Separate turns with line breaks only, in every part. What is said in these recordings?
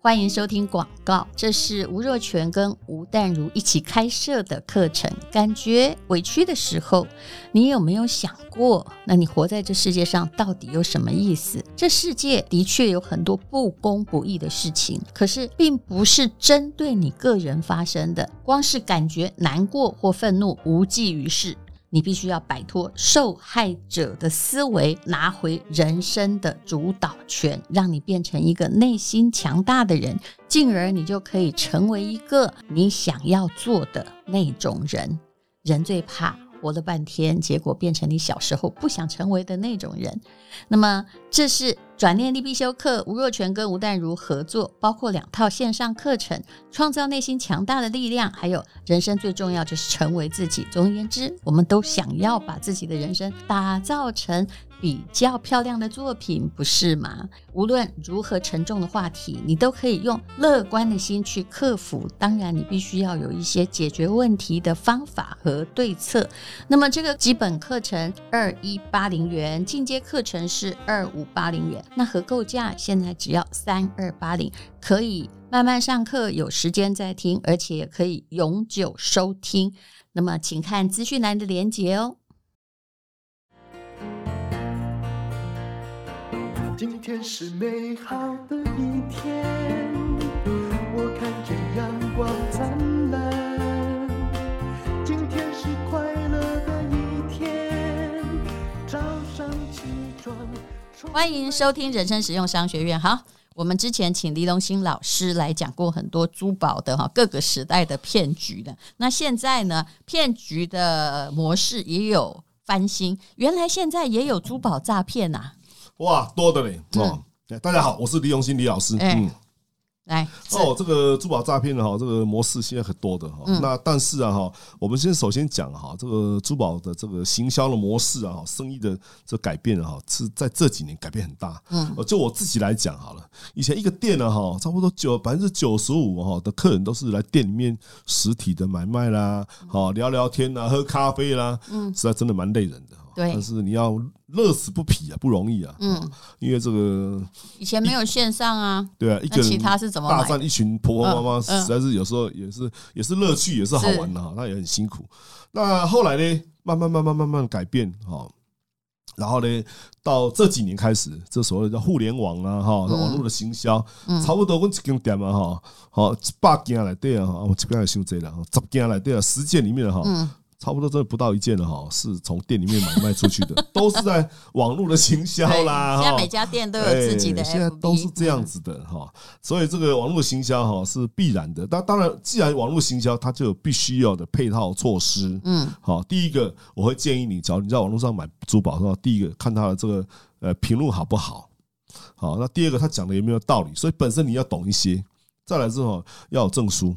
欢迎收听广告，这是吴若泉跟吴淡如一起开设的课程。感觉委屈的时候，你有没有想过，那你活在这世界上到底有什么意思？这世界的确有很多不公不义的事情，可是并不是针对你个人发生的。光是感觉难过或愤怒，无济于事。你必须要摆脱受害者的思维，拿回人生的主导权，让你变成一个内心强大的人，进而你就可以成为一个你想要做的那种人。人最怕活了半天，结果变成你小时候不想成为的那种人。那么，这是转念力必修课，吴若泉跟吴淡如合作，包括两套线上课程，创造内心强大的力量，还有人生最重要就是成为自己。总而言之，我们都想要把自己的人生打造成比较漂亮的作品，不是吗？无论如何沉重的话题，你都可以用乐观的心去克服。当然，你必须要有一些解决问题的方法和对策。那么这个基本课程二一八零元，进阶课程是二五八零元，那合购价现在只要三二八零，可以慢慢上课，有时间再听，而且也可以永久收听。那么请看资讯栏的连结哦。
今天是美好的一天，我看见阳光灿烂。今天是快乐的一天，早上起床。
欢迎收听人生实用商学院。好，我们之前请黎龙兴老师来讲过很多珠宝的哈各个时代的骗局的。那现在呢，骗局的模式也有翻新，原来现在也有珠宝诈骗啊呐、
哇，多的嘞哦！哎大家好，我是李永新李老师。
嗯哎
嗯，
来，
哦，这个珠宝诈骗的哈，这个模式现在很多的哈。
嗯
那但是啊哈，我们先首先讲哈，这个珠宝的这个行销的模式啊，哈，生意的这改变啊哈，是在这几年改变很大。
嗯
呃，就我自己来讲好了，以前一个店呢，哈，差不多九百分之九十五哈的客人都是来店里面实体的买卖啦，
嗯
好聊聊天啦，喝咖啡啦，嗯，实在真的蛮累人的哈。
对
但是你要乐此不疲啊，不容易啊，
嗯，
因为这个
以前没有线上啊，
对啊，一个
那
人
其他是怎么
大
买？
战一群婆婆妈妈，
嗯嗯嗯
实在是有时候也是也是乐趣，也是好玩的哈，那也很辛苦。那后来呢，慢慢慢慢慢慢改变哈。然后呢，到这几年开始，这所谓的互联网啦、啊，哈，
嗯
网络的行销，
嗯
差不多阮一间店啊，哈，好一百件来对啊，哈，我一间也收这了，哈十件来对啊，十件里面哈，
嗯，
差不多真的不到一件了哈，是从店里面买卖出去的， 都是在网络的行销
对，
啦，
现在
哈
每家店都有自己的
哎
FB，
现在都是这样子的哈、所以这个网络行销哈是必然的。但当然，既然网络行销，它就有必须要的配套措施。
嗯。嗯，
好，第一个我会建议你，假如你在网络上买珠宝的话，第一个看它的这个呃评论好不好，好，那第二个他讲的有没有道理，所以本身你要懂一些，再来之后要有证书，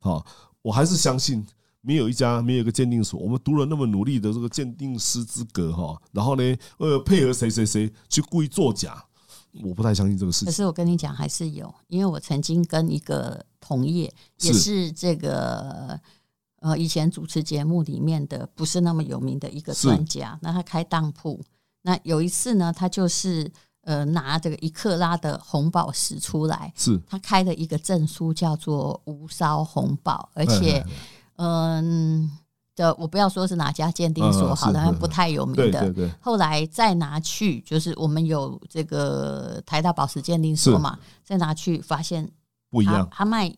好，我还是相信。没有一家，没有一个鉴定所，我们读了那么努力的这个鉴定师资格哈，然后呢，呃，配合谁谁谁去故意作假，我不太相信这个事
可
情。
是我跟你讲，还是有，因为我曾经跟一个同业，也
是
是这个呃以前主持节目里面的不是那么有名的一个
是
专家，那他开当铺，那有一次呢，他就是呃拿这个一克拉的红宝石出来，
是，
他开了一个证书，叫做无烧红宝，而且
哎
嗯的，我不要说是哪家鉴定所
嗯
好了，
是
不太有名
对对
的。
对，
后来再拿去，就是我们有这个台大宝石鉴定所
是
嘛，再拿去发现
不一
他
样，
他卖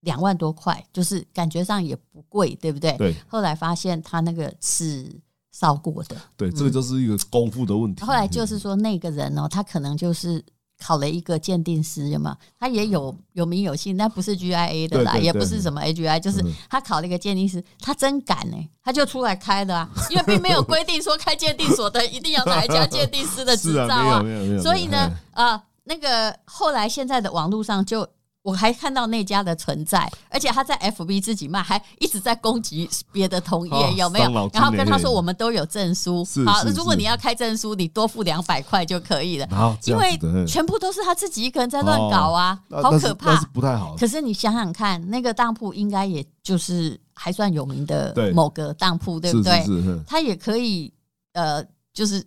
两万多块，就是感觉上也不贵，对不对？
对
后来发现他那个是烧过的，
对，这个就是一个功夫的问题。
嗯后来就是说，那个人哦，他可能就是考了一个鉴定师，有没有？他也有有名有姓，但不是 GIA 的啦，
嗯对对对
也不是什么 AGI，就是
嗯
他考了一个鉴定师，他真敢哎、他就出来开的啊，因为并没有规定说开鉴定所的一定要 哪一家鉴定师的执
是
照
啊，没有没有没有没有，
所以呢
哎，，
呃，那个后来现在的网络上就。我还看到那家的存在，而且他在 FB 自己卖，还一直在攻击别的同业，
哦
有没有
伤脑？筋
然后跟他
嘞
说我们都有证书，
是
好
是，
如果
是
你要开证书，你多付两百块就可 以了，
然后这
因
样
为
子的哎
全部都是他自己一个人在乱搞啊，
那
好
那
可
是那
怕
是。不太好的。
可是你想想看，那个当铺应该也就是还算有名的
对
某个当铺，对不
是
对？
是是，
他也可以呃，就是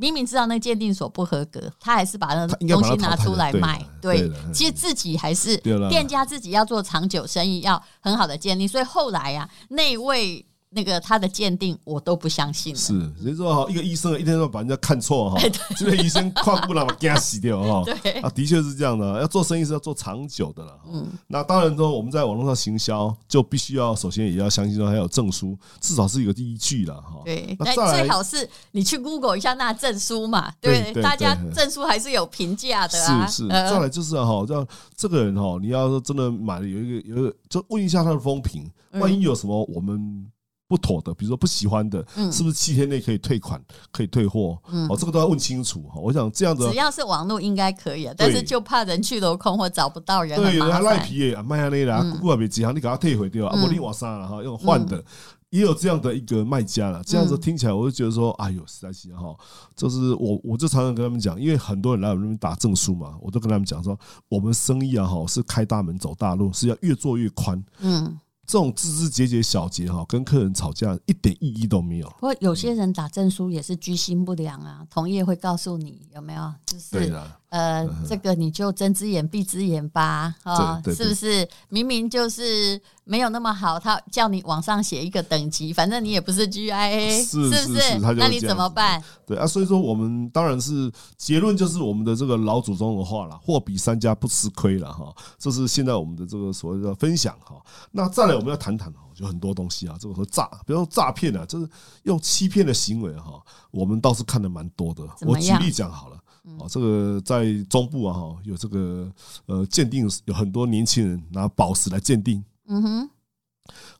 明明知道那鉴定所不合格，他还是把那
他应该把
东
它
西拿出来卖。
淘汰
对
的对的对的，
其实自己还是
对了
店家自己要做长久生意，要很好的鉴定。所以后来呀、啊，那位那个他的鉴定我都不相信了。
是，所以说哈，一个医生一天到晚把人家看错哈，这个医生跨不了，给他洗掉哈。
对
啊，的确是这样的，要做生意是要做长久的了。嗯，那当然说我们在网络上行销，就必须要首先也要相信说还有证书，至少是有个依据了哈。
对，
那
那
再来
最好是你去 Google 一下那证书嘛，对不
对对
对？大家
对
证书还是有评价的啊。
是是，
呃
再来就是哈，让这个人哈，你要说真的买了有一个有一个，就问一下他的风评，
嗯
万一有什么我们不妥的，比如说不喜欢的，
嗯
是不是七天内可以退款、可以退货？哦，这个都要问清楚哈。我想这样子
只要是网络应该可以啊，但是就怕人去楼空或找不到人，很
对，有
麻
人赖
烦。
皮的，卖安尼啦，姑姑也别急啊，你给他退回掉，啊，
嗯
我另外杀了哈，用换的。也有这样的一个卖家了，这样子
嗯
听起来我就觉得说，哎呦，实在是哈，就是我我就常常跟他们讲，因为很多人来我们那边打证书嘛，我都跟他们讲说，我们生意啊哈是开大门走大路，是要越做越宽，
嗯，
这种枝枝节节小节哈，跟客人吵架一点意义都没有。
不过有些
嗯
人打证书也是居心不良啊，同业会告诉你有没有，就是
啦，嗯
呃，这个你就睁只眼闭只眼吧，啊、
对对
是不是？明明就是没有那么好，他叫你往上写一个等级，反正你也不是 GIA，
哦是
不
是是他就是
那你
这样
怎么
子
办？
对啊，所以说我们当然是结论就是我们的这个老祖宗的话啦，货比三家不吃亏了哈，这是现在我们的这个所谓的分享哈。那再来我们要谈谈哈，就很多东西啊，这个说诈，比如说诈骗啊，就是用欺骗的行为哈，我们倒是看的蛮多的。
怎
我
么
举
样嗯
例讲好了。哦，这个在中部啊，哈，有这个呃鉴定，有很多年轻人拿宝石来鉴定，
嗯哼，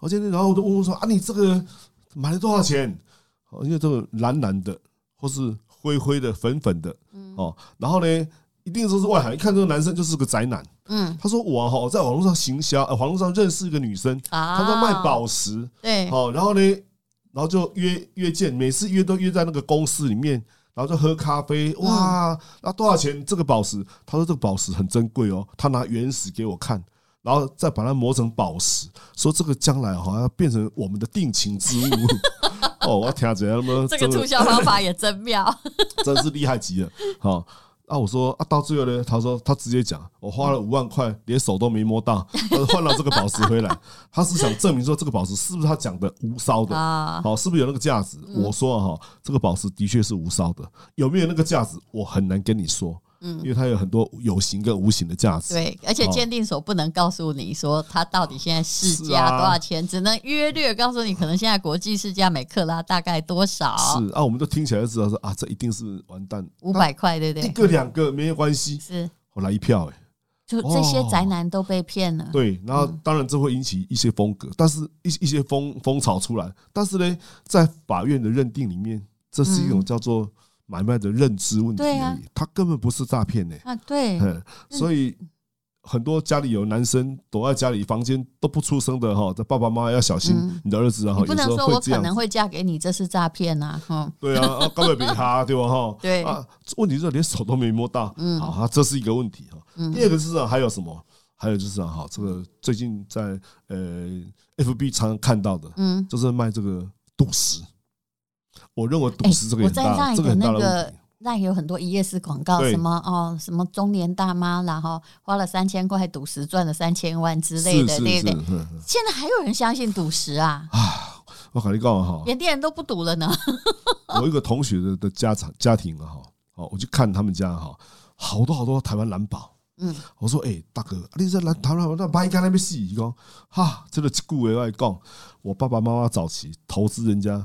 我哦今天，然后我就问我说啊，你这个买了多少钱？哦，因为这个蓝蓝的，或是灰灰的、粉粉的，
嗯
哦，然后呢，一定都是外行，一看这个男生就是个宅男。
嗯
他说我哈、在网络上行销，呃，网络上认识一个女生，
啊，
她在卖，宝石，
对，
哦，然后呢，然后就约约见，每次约都约在那个公司里面。然后就喝咖啡，哇，
嗯
那多少钱这个宝石？他说这个宝石很珍贵哦，他拿原石给我看，然后再把它磨成宝石，说这个将来好像要变成我们的定情之 物。哦，我听起来那么
这个
真的
促销方法也真妙。
真是厉害极了。好，那、我说啊，到最后呢，他说他直接讲，我花了五万块，连手都没摸到，呃换了这个宝石回来。他是想证明说这个宝石是不是他讲的无烧 的
啊嗯
好，是不是有那个价值？我说啊哈、这个宝石的确是无烧的，有没有那个价值，我很难跟你说。因为它有很多有形跟无形的价值。
嗯对，而且
哦
鉴定所不能告诉你说它到底现在市
是
价
啊
多少钱，只能约略告诉你，可能现在国际市价每克拉大概多少，
是啊，我们就听起来就知道说啊，这一定是完蛋，
五百块，对不
一
对？
个两个没有关系，
是，
我来一票哎、
就这些
哦
宅男都被骗了。
对，然后
嗯
当然这会引起一些风格，但是一一些风风潮出来，但是呢，在法院的认定里面，这是一种叫做买卖的认知问
嗯
题
对啊
而已，它根本不是诈骗呢。
啊， 对，
嗯，所以很多家里有男生躲在家里房间都不出声的哈，这爸爸妈妈要小心
嗯
你的儿子啊，
你
哈
不
有
能
时
说
候会
我
这
可
样
能
子。
会嫁给你，这是诈骗啊！嗯，
对啊，啊，高伟比他对吧？哈，
对
啊，问题是连手都没摸到，嗯，啊，这是一个问题哈。
嗯
第二个是啊，还有什么？还有就是啊，哈，这个最近在呃，FB 常常看到的，
嗯，
就是卖这个赌石。我认为赌
哎，
石这个
我
很
在
大，
赖
这个
的
很大
那
的问
个
题。
赖有很多一页式广告，
对
什么哦，什么中年大妈啦，然后花了三千块赌石赚了三千万之类
是
的，
是
对
是
不对？
嗯嗯
现在还有人相信赌石啊？
啊，我跟你讲啊哈，
连店人都不赌了呢。
我一个同学的的家长家庭啊哈，哦，我去看他们家哈，好多好多台湾蓝宝。
嗯，
我说，哎、大哥，啊你在蓝台湾那白干那边死，伊讲，哈，这个一句话我讲，我爸爸妈妈早期投资人家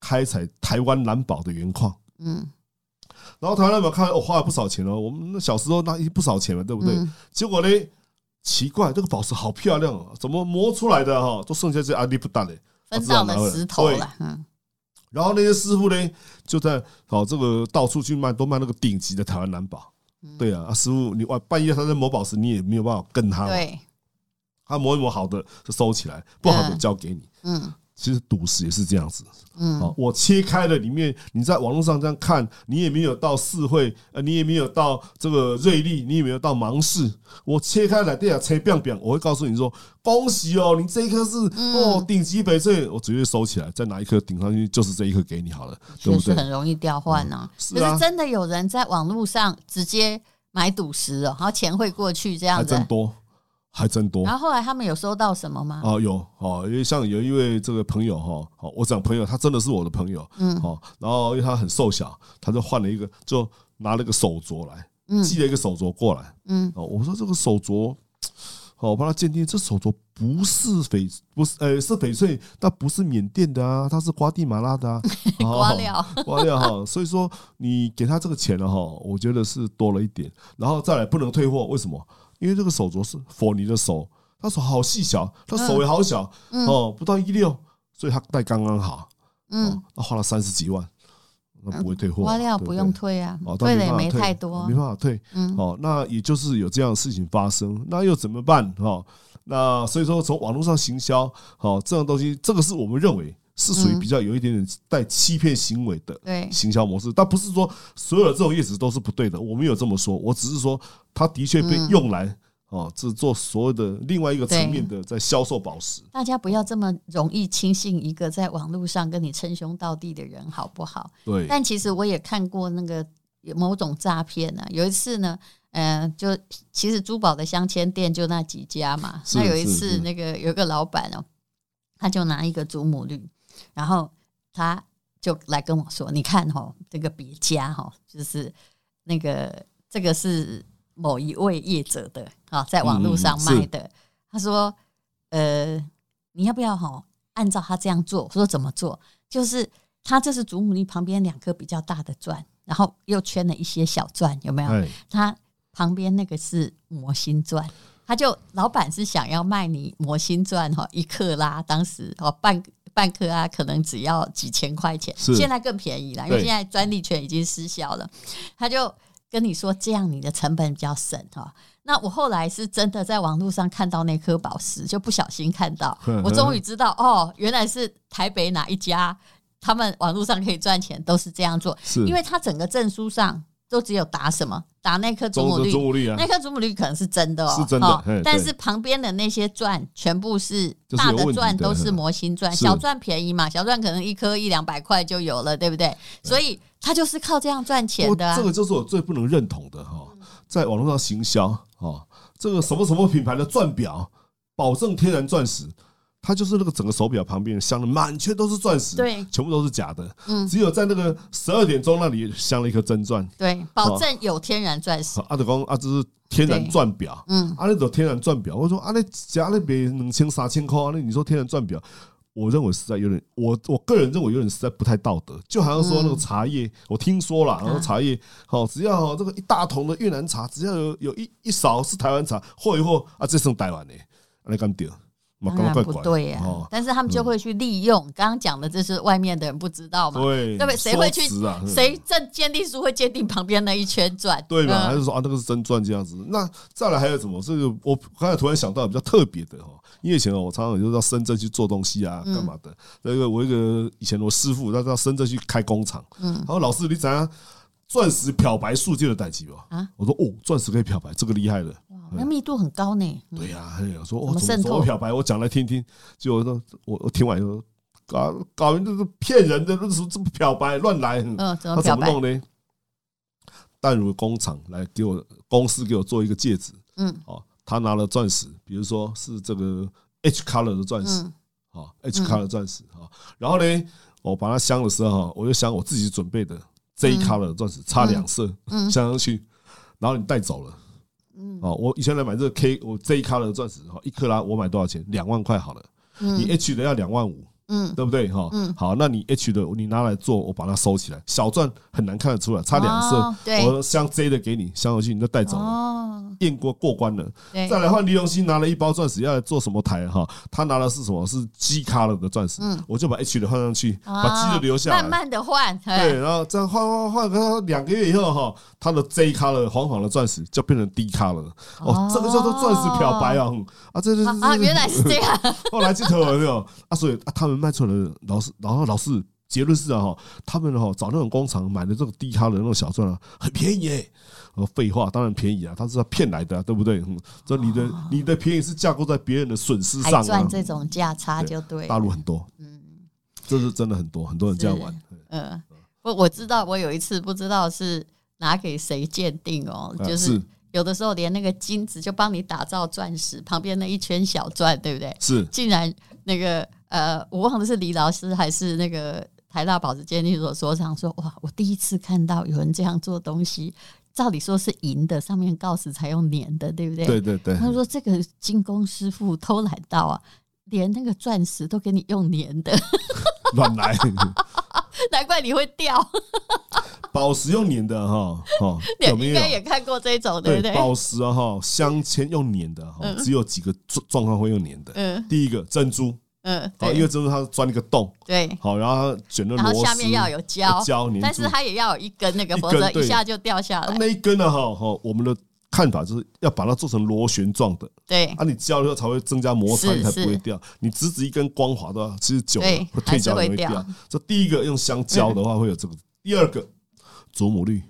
开采台湾蓝宝的原矿，
嗯，
然后台湾蓝宝看，我、哦、花了不少钱哦，我们那小时候那一不少钱嘛，对不对？
嗯
结果呢，奇怪，这个宝石好漂亮哦，怎么磨出来的哈、都剩下这阿力不达嘞，
分
知道
到
拿回
了
来
石头
对
了。嗯，
然后那些师傅呢，就在哦这个到处去卖，都卖那个顶级的台湾蓝宝。
嗯
对啊，啊师傅，你哇半夜他在磨宝石，你也没嗯有办法跟他嘛。
对，
他磨一磨好的就收起来，不好的交给你。
嗯，
其实赌石也是这样子。
嗯
好，我切开了里面，你在网络上这样看，你也没有到四会，呃，你也没有到这个瑞丽，你也没有到芒市。我切开来，对啊，切变变，我会告诉你说，恭喜哦，你这一颗是
嗯
哦顶级翡翠，我直接收起来，再拿一颗顶上去，就是这一颗给你好了，
确
对不
实
对？
很容易调换呢。
是
可
啊
是真的有人在网络上直接买赌石哦，然后钱汇过去这
还
样子哦
真。多，还真多
然。后后来他们有收到什么吗？
哦，有哦，因为像有一位这个朋友哈，哦，我讲朋友，他真的是我的朋友，
嗯
哦，然后因为他很瘦小，他就换了一个，就拿了个手镯来，
嗯
寄了一个手镯过来，
嗯
哦，我说这个手镯，哦，我帮他鉴定，这手镯不是翡，不是，呃，是翡翠，但不是缅甸的啊，它是瓜地马拉 的啊，
瓜料，
哦，瓜料哈，所以说你给他这个钱了哈，我觉得是多了一点，然后再来不能退货，为什么？因为这个手镯是佛尼的手，他手好细小，他手也好小，哦，不到一六，所以他戴刚刚好，
嗯
哦，，那花了三十几万，那不会退货，
瓜料
对
不
对
用退啊
哦，，但
退了也
办法
没太多
没。办法退。
嗯
哦，那也就是有这样的事情发生，那又怎么办？哦，那所以说从网络上行销，哦，这种东西，这个是我们认为是属于
嗯
比较有一点点带欺骗行为的
对，
行销模式，但不是说所有的这种叶子都是不对的，我没有这么说，我只是说它的确被
嗯
用来。哦，这做所有的另外一个层面的在销售宝石，
大家不要这么容易轻信一个在网络上跟你称兄道弟的人，好不好？
对，
嗯但其实我也看过那个某种诈骗呢。有一次呢，呃，就其实珠宝的镶嵌店就那几家嘛。
是
那有一
是
次
是，
那个有一个老板哦，他就拿一个祖母绿，然后他就来跟我说：“你看哦，这个别家哦，就是那个这个是某一位业者的啊，在网
嗯
络上卖的。他说：“呃，你要不要哈、按照他这样做？”我说：“怎么做？就是他这是祖母绿旁边两颗比较大的钻，然后又圈了一些小钻，有没有？
哎，
他旁边那个是魔星钻，他就老板是想要卖你魔星钻哈，一克拉，当时哦半半克拉可能只要几千块钱，
是
现在更便宜了，因为
对，
现在专利权已经失效了，他就跟你说这样你的成本比较省哈。那我后来是真的在网络上看到那颗宝石，就不小心看到 我终于知道哦，原来是台北哪一家，他们网络上可以赚钱，都是这样做。
是
因为他整个证书上都只有打什么，打那颗祖
中
母
国
绿，
中国绿啊
那，颗祖母绿可能是真的哦，
是真的
哦
嘿对
但是旁边的那些钻全部是
就是
大
有问题
钻
的
都是
嘿
模型钻，
是
小钻便宜嘛，小钻可能一颗一两百块就有了，对不对？所以他就是靠这样赚钱的、啊
哦这。个就是我最不能认同的哈、在网络上行销哦，这个什么什么品牌的钻表，保证天然钻石，它就是那个整个手表旁边镶的满圈都是钻石，
对
全部都是假的，
嗯
只有在那个十二点钟那里镶了一颗真钻，
对，保证有天然钻石。
阿德公啊，这是天然钻表，啊
嗯，
阿那种天然钻表，我说啊，那假那别两千三千块，啊那你说天然钻表，我认为实在有点，我我个人认为有点实在不太道德。就好像说
嗯
那个茶叶，我听说了，
啊
然后茶叶，好，只要哦这个一大桶的越南茶，只要有有一一勺是台湾茶，或一或啊，这剩台湾的，啊你敢丢？嘛
当
感觉
然
怪
不
怪的
对啊呀、
哦
但是他们就会去利用。刚刚讲的，这是外面的人不知道嘛？
对，
对不对？谁会去
说辞啊？？嗯
谁证鉴定书会鉴定旁边那一圈钻？
对吧？
嗯
还是说啊，那个是真钻这样子？那再来还有什么？这个我刚才突然想到比较特别的哈，因为以前哦，我常常就到深圳去做东西
嗯
啊，干嘛的？那个我一个以前我师傅，他到深圳去开工厂，嗯，他说老师你怎样？钻石漂白术界的代级吧？
啊
啊，我说哦，钻石可以漂白，这个厉害了。
哇那密度很高呢。嗯
对呀、哎呀，
怎
说哦，
么
怎
渗
么怎
透
么漂白？我讲来听听。结果说，我我听完就说，搞搞人这是骗人的，那是这么漂白乱来。嗯
嗯，怎
他
么
怎
表
么
白？
弄呢？淡如工厂来给我公司给我做一个戒指
嗯
哦，他拿了钻石，比如说是这个 H color 的钻石
嗯
哦 h color 的钻石哦，然后呢，我把它镶的时候，我就镶我自己准备的 J color 的钻石，差两色
嗯
镶上去，然后你带走了。
嗯
哦，我以前来买这个 K，我 J color 的钻石哦，一克拉我买多少钱？两万块好了，你
嗯
H 的要两万五，
嗯
对不对哈？
嗯
好，那你 H 的你拿来做，我把它收起来，小钻很难看得出来，差两色，
哦对
我镶 J 的给你，镶回去你就带走了。
哦，
验过过关了。
对，
再来换李永新拿了一包钻石要来做什么台哈？他拿的是什么？是 G 卡了的钻石
嗯，
我就把 H 的换上去，
啊
把 G 的留下
慢
来。
慢的换，哎
对，然后这样换换换，他两个月以后哈，他的 J 卡了黄黄的钻石就变成 D 卡了。哦，这个叫做钻石漂白啊！嗯啊，这 就是
啊啊，原来是这样，
后来镜头有没有啊？所以啊，他们卖出来的老师，然后老师结论是啊，哈，他们哈找那种工厂买的这种低咖的那种小钻啊，很便宜耶、呃，废话，当然便宜啊，他是要骗来的、啊，对不对？嗯，这你的你的便宜是架构在别人的损失上
哦还
啊
赚。这种价差就对了，
大陆很多，
嗯
这是真的很多，很多人这样玩。
呃，我我知道，我有一次不知道是拿给谁鉴定哦，
啊
就是
是
有的时候连那个金子就帮你打造钻石，旁边那一圈小钻，对不对？
是
竟然那个呃，我忘了是李老师还是那个台大保值鉴定所所长说，哇，我第一次看到有人这样做东西。照理说是银的，上面告示才用粘的，对不对？
对对对，
他说这个精工师傅偷懒到啊，连那个钻石都给你用粘的，
乱来，
难怪你会掉。
宝石用粘的哈， 哦，
你
有没
应
有
该？也看过这种，对
对
不对？
宝石啊哈，镶嵌用粘的哈，只有几个状状况会用粘的。
嗯
第一个珍珠，
嗯，
好，因
对
为珍珠它是钻一个洞，
对。
好，然后它卷了
然
螺
后
丝，
下面要有胶，
胶粘
但
住
是。它也要有一根那个，
一
否
根
则一
对
下就掉下
啊
来。
那一根呢，哈哈，我们的看法就是要把它做成螺旋状的，
对
啊，你胶了以后才会增加摩擦，
是
你才不会掉。你直直一根光滑的话，其实久了
对
会退胶，
还是会
也会
掉
掉。这第一个用香蕉的话会有这个，第二个祖母绿，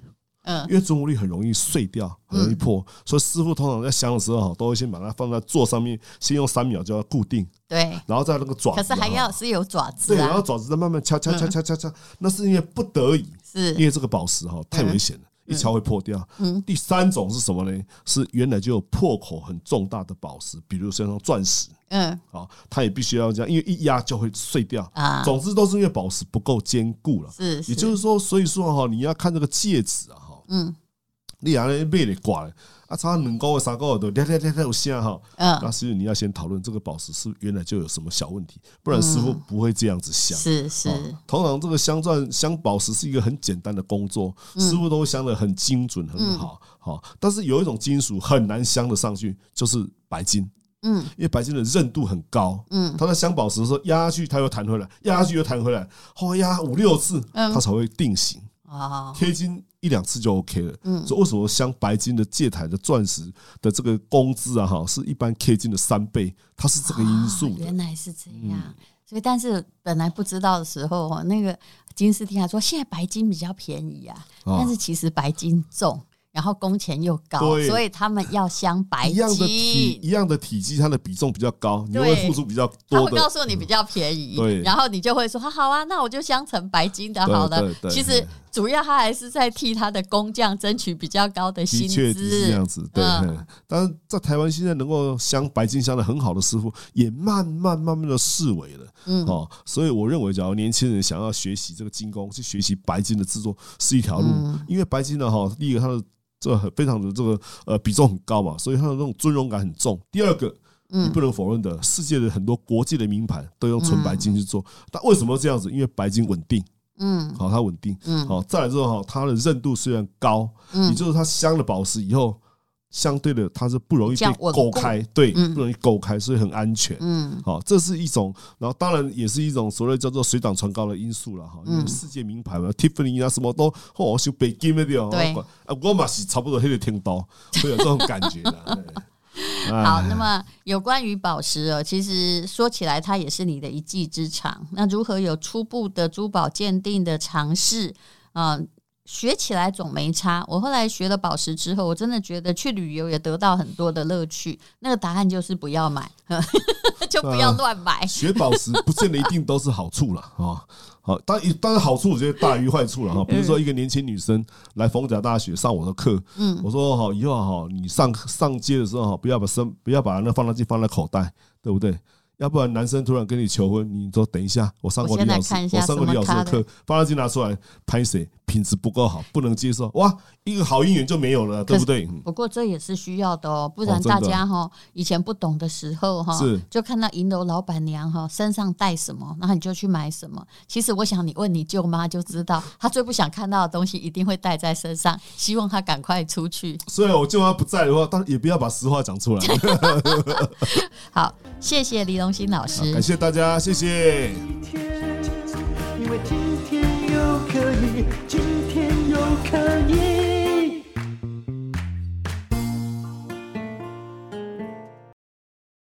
嗯
因为祖母绿很容易碎掉，很容易破，所以师傅通常在镶的时候哈，都会先把它放在座上面，先用三秒就要固定，
对。
然后再那个爪子
可
啊哈，
是还要是有爪子
对，然
啊
后，爪子再慢慢敲敲敲敲敲敲，那是因为不得已。因
是
为这个宝石哈太危险了，一敲会破掉。
嗯
第三种是什么呢？是原来就有破口很重大的宝石，比如像钻石
嗯
啊，它也必须要这样，因为一压就会碎掉。
啊，
总之都是因为宝石不够坚固了。
是是
也就是说，所以说哈，你要看这个戒指啊哈，
嗯
你拿来买的挂了，啊，差两个月、三个月都亮亮亮亮有声啊哈。那
嗯，
是你要先讨论这个宝石是原来就有什么小问题，不然师傅
嗯
不会这样子想。
是是
哦通常这个镶钻、镶宝石是一个很简单的工作，
嗯
师傅都会镶的很精准、很好。好，但是有一种金属很难镶得上去，就是白金，
嗯
因为白金的韧度很高。
嗯
它在镶宝石的时候压下去，它又弹回来，压下去又弹回来，后压五六次，
嗯
它才会定型。
哦，
贴金一两次就 OK 了。
嗯
所以为什么镶白金的戒台的钻石的这个工资啊，哈，是一般贴金的三倍，它是这个因素
哦
的。嗯
原来是这样。所以，但是本来不知道的时候哦，那个金丝听还说现在白金比较便宜啊，
啊
但是其实白金重，然后工钱又高，
对
所以他们要镶白
一样的体
金。
一样的体积，它的比重比较高，你
对
会付出比较
他
多
会
的。嗯
告诉你比较便宜，
对
然后你就会说：“啊好啊，那我就镶成白金的好了
对。”对对
其实主要他还是在替他的工匠争取比较高的薪
的确是这
资
样。子，对。
嗯
嗯但是在台湾现在能够镶白金镶的很好的师傅，也慢慢慢慢的式微了，
嗯
哦。所以我认为，假如年轻人想要学习这个精工，去学习白金的制作是一条路
嗯，
因为白金呢，哈，第一个它的这个很非常的这个呃比重很高嘛，所以它的那种尊荣感很重。第二个，你
嗯
不能否认的，世界的很多国际的名牌都用纯白金去做，但为什么这样子？因为白金稳定，
嗯
好，它稳定。
嗯
好，再来之后哈，它的韧度虽然高，也
嗯，
就是它镶了宝石以后，相对的它是不容易
这样
被
稳固
勾开，对，
嗯
不容易勾开，所以很安全。
嗯
好，这是一种，然后当然也是一种所谓叫做水涨船高的因素了哈。因为
嗯
世界名牌嘛，Tiffany 啊什么都，哦，像北京那点哦，
对
啊，我嘛是差不多黑的天刀，会有这种感 觉的。对
好，
哎
那么有关于宝石哦，其实说起来，它也是你的一技之长。那如何有初步的珠宝鉴定的尝试啊？呃学起来总没差。我后来学了宝石之后，我真的觉得去旅游也得到很多的乐趣。那个答案就是不要买， 就不要乱买。
学宝石不见得一定都是好处 了啊。好，当然当然好处我觉得大于坏处了哈。比如说一个年轻女生来逢甲大学上我的课，
嗯
我说哦好以哦后哈，你上上街的时候哈，不要把身不要把那放大镜放在口袋，对不对？要不然男生突然跟你求婚，你说等一下，我上过
我先
李老
来
师
看一，下
我上过
什么
李老师
咖
的
的
课，放大镜拿出来拍谁品质不够好，不能接受，哇，一个好姻缘就没有了，对不对？嗯
不过这也是需要的哦，不
哦
然
真
大
的
家哈、以前不懂的时候哈、
是
就看到银楼老板娘哈、身上带什么，然后你就去买什么。其实我想你问你舅妈就知道，她最不想看到的东西一定会带在身上，希望她赶快出去。
虽然我舅妈不在的话，但也不要把实话 讲出来。
好，谢
啊
谢李荣新老师，
感谢大家，谢谢。
一天，因为今天。